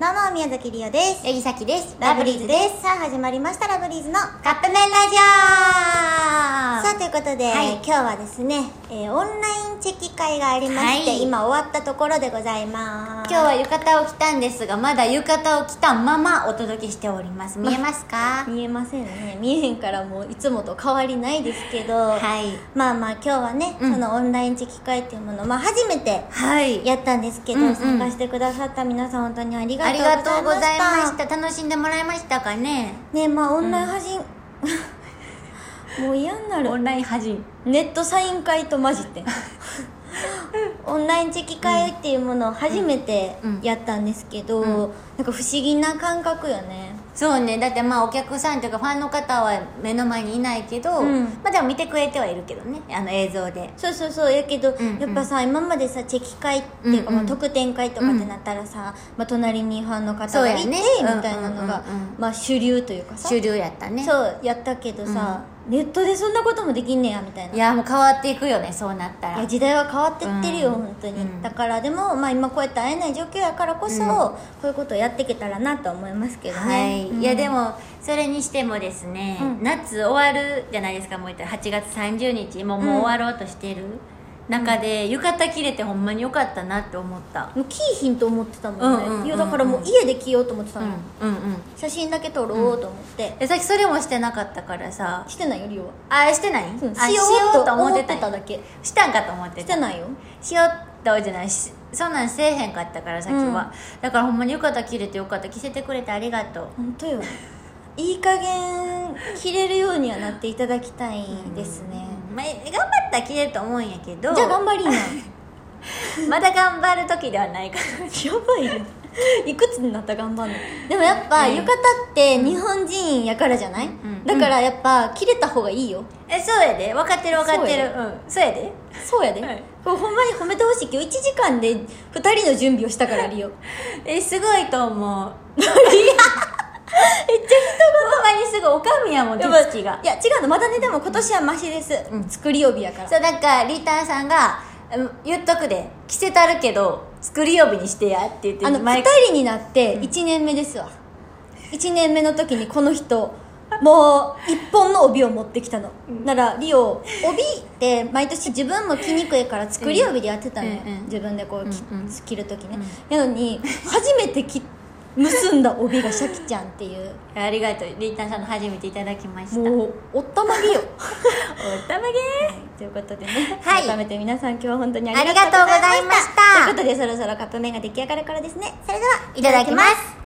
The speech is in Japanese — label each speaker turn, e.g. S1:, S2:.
S1: どうも宮崎りおです
S2: 柳崎です
S1: ラブリーズですさあ始まりましたラブリーズの
S2: カップ麺ラジオ
S1: さあということで、
S2: はい
S1: 今日はですね、えーオンラインチェキ会がありまして、
S2: はい
S1: 今終わったところでございます
S2: 今日は浴衣を着たんですがまだ浴衣を着たままお届けしております見えますか
S1: 見えませんね見えへんからもういつもと変わりないですけど、
S2: はい
S1: まあまあ今日はね、
S2: うん
S1: そのオンラインチェキ会っていうもの、まあ、初めて
S2: はい
S1: やったんですけど、
S2: うんうん
S1: 参加してくださった皆さん本当にありが
S2: あ
S1: と
S2: り
S1: うござい
S2: が
S1: まし
S2: と
S1: た
S2: うございました楽しんでもらえましたかね
S1: ねまあオンライン発信、 もう嫌になる
S2: ンライン恥人
S1: ネットサイン会と混じって オンラインチェキ会っていうものを初めて
S2: うん
S1: やったんですけど、
S2: うん
S1: なんか不思議な感覚よね
S2: そうねだってまあお客さんというかファンの方は目の前にいないけど、
S1: うん
S2: まあでも見てくれてはいるけどねあの映像で
S1: そうそうそうやけど、
S2: んうん
S1: やっぱさ今までさチェキ会っていうか、
S2: うんうん
S1: まあ、特典会とかってなったらさ、まあ、隣にファンの方がい
S2: そ
S1: て、
S2: うやね
S1: みたいなのが、
S2: うんうんうんうん
S1: まあ、主流というかさ
S2: 主流やったね
S1: そうやったけどさ、ネットでそんなこともできんねやみたいない
S2: やもう変わっていくよねそうなった
S1: い
S2: ら
S1: や時代は変わってってるよ、
S2: うん
S1: 本当に、
S2: うん
S1: だからでも、まあ、今こうやって会えない状況やからこそ、こういうことをやっていけたらなと思いますけどね、
S2: はい、
S1: うん
S2: いやでもそれにしてもですね、
S1: うん
S2: 夏終わるじゃないですかもう言ったら8月30日もう,、もう終わろうとしてる中で浴衣着れてほんまによかったなって思った、
S1: もう着いひんと思ってたもんね、
S2: うんうんうんうん
S1: いやだからもう家で着ようと思ってた
S2: うん、
S1: の、
S2: うんうん
S1: 写真だけ撮ろうと思って、
S2: えさっきそれもしてなかったからさ
S1: してないよりは、
S2: あしてない、
S1: うん、
S2: あ
S1: しようと思って
S2: んや
S1: ただけ
S2: したんかと思って
S1: してないよ
S2: しようとじゃないしそんなんせえへんかったからさっきは、だからほんまに浴衣着れてよかった着せてくれてありがとう
S1: 本当よいい加減着れるようにはなっていただきたいですね、
S2: まあ、頑張ったら着れると思うんやけど
S1: じゃあ頑張りなや
S2: まだ頑張る時ではないか
S1: ばいよいくつになったら頑張んのでもやっぱ
S2: うん
S1: 浴衣って日本人やからじゃない、
S2: ん
S1: だからやっぱ着れた方がいいよ
S2: らえそうやで分かってる分かってる
S1: そう
S2: うんそうやで
S1: そうやで、
S2: はい
S1: これほんまに褒めてほしい今日1時間で2人の準備をしたからリオめっ
S2: えすごいと思う
S1: ちゃ
S2: ほんまにすごいおかみやもん手
S1: 人が
S2: つきが
S1: いや違うのまだねでも今年はマシです、
S2: うん
S1: 作り曜日やから
S2: そうなんかリーターさんがうん言っとくで着せたるけど作り曜日にしてやって言って
S1: あの2
S2: 前
S1: 人になって1年目ですわ、1年目の時にこの人もう一本の帯を持ってきたの、ならリオ帯って毎年自分も着にくいから作り帯でやってたのよ、
S2: うんうん
S1: 自分でこう着,、
S2: うんうん
S1: 着る時ね、なのに初めて着結んだ帯がシャキちゃんっていう
S2: ありがとうリーターさんの初めていただきました
S1: もうおったま りよ
S2: おったま
S1: ということでね、
S2: はい
S1: 改めて皆さん今日は本当にあ
S2: あ
S1: り
S2: り
S1: が
S2: が
S1: と
S2: と
S1: う
S2: う
S1: ご
S2: ご
S1: ざ
S2: ざ
S1: い
S2: い
S1: ま
S2: ま
S1: し
S2: した
S1: とい
S2: た
S1: うことでそろそろカップ麺が出来上がるからですねそれではい
S2: ただきます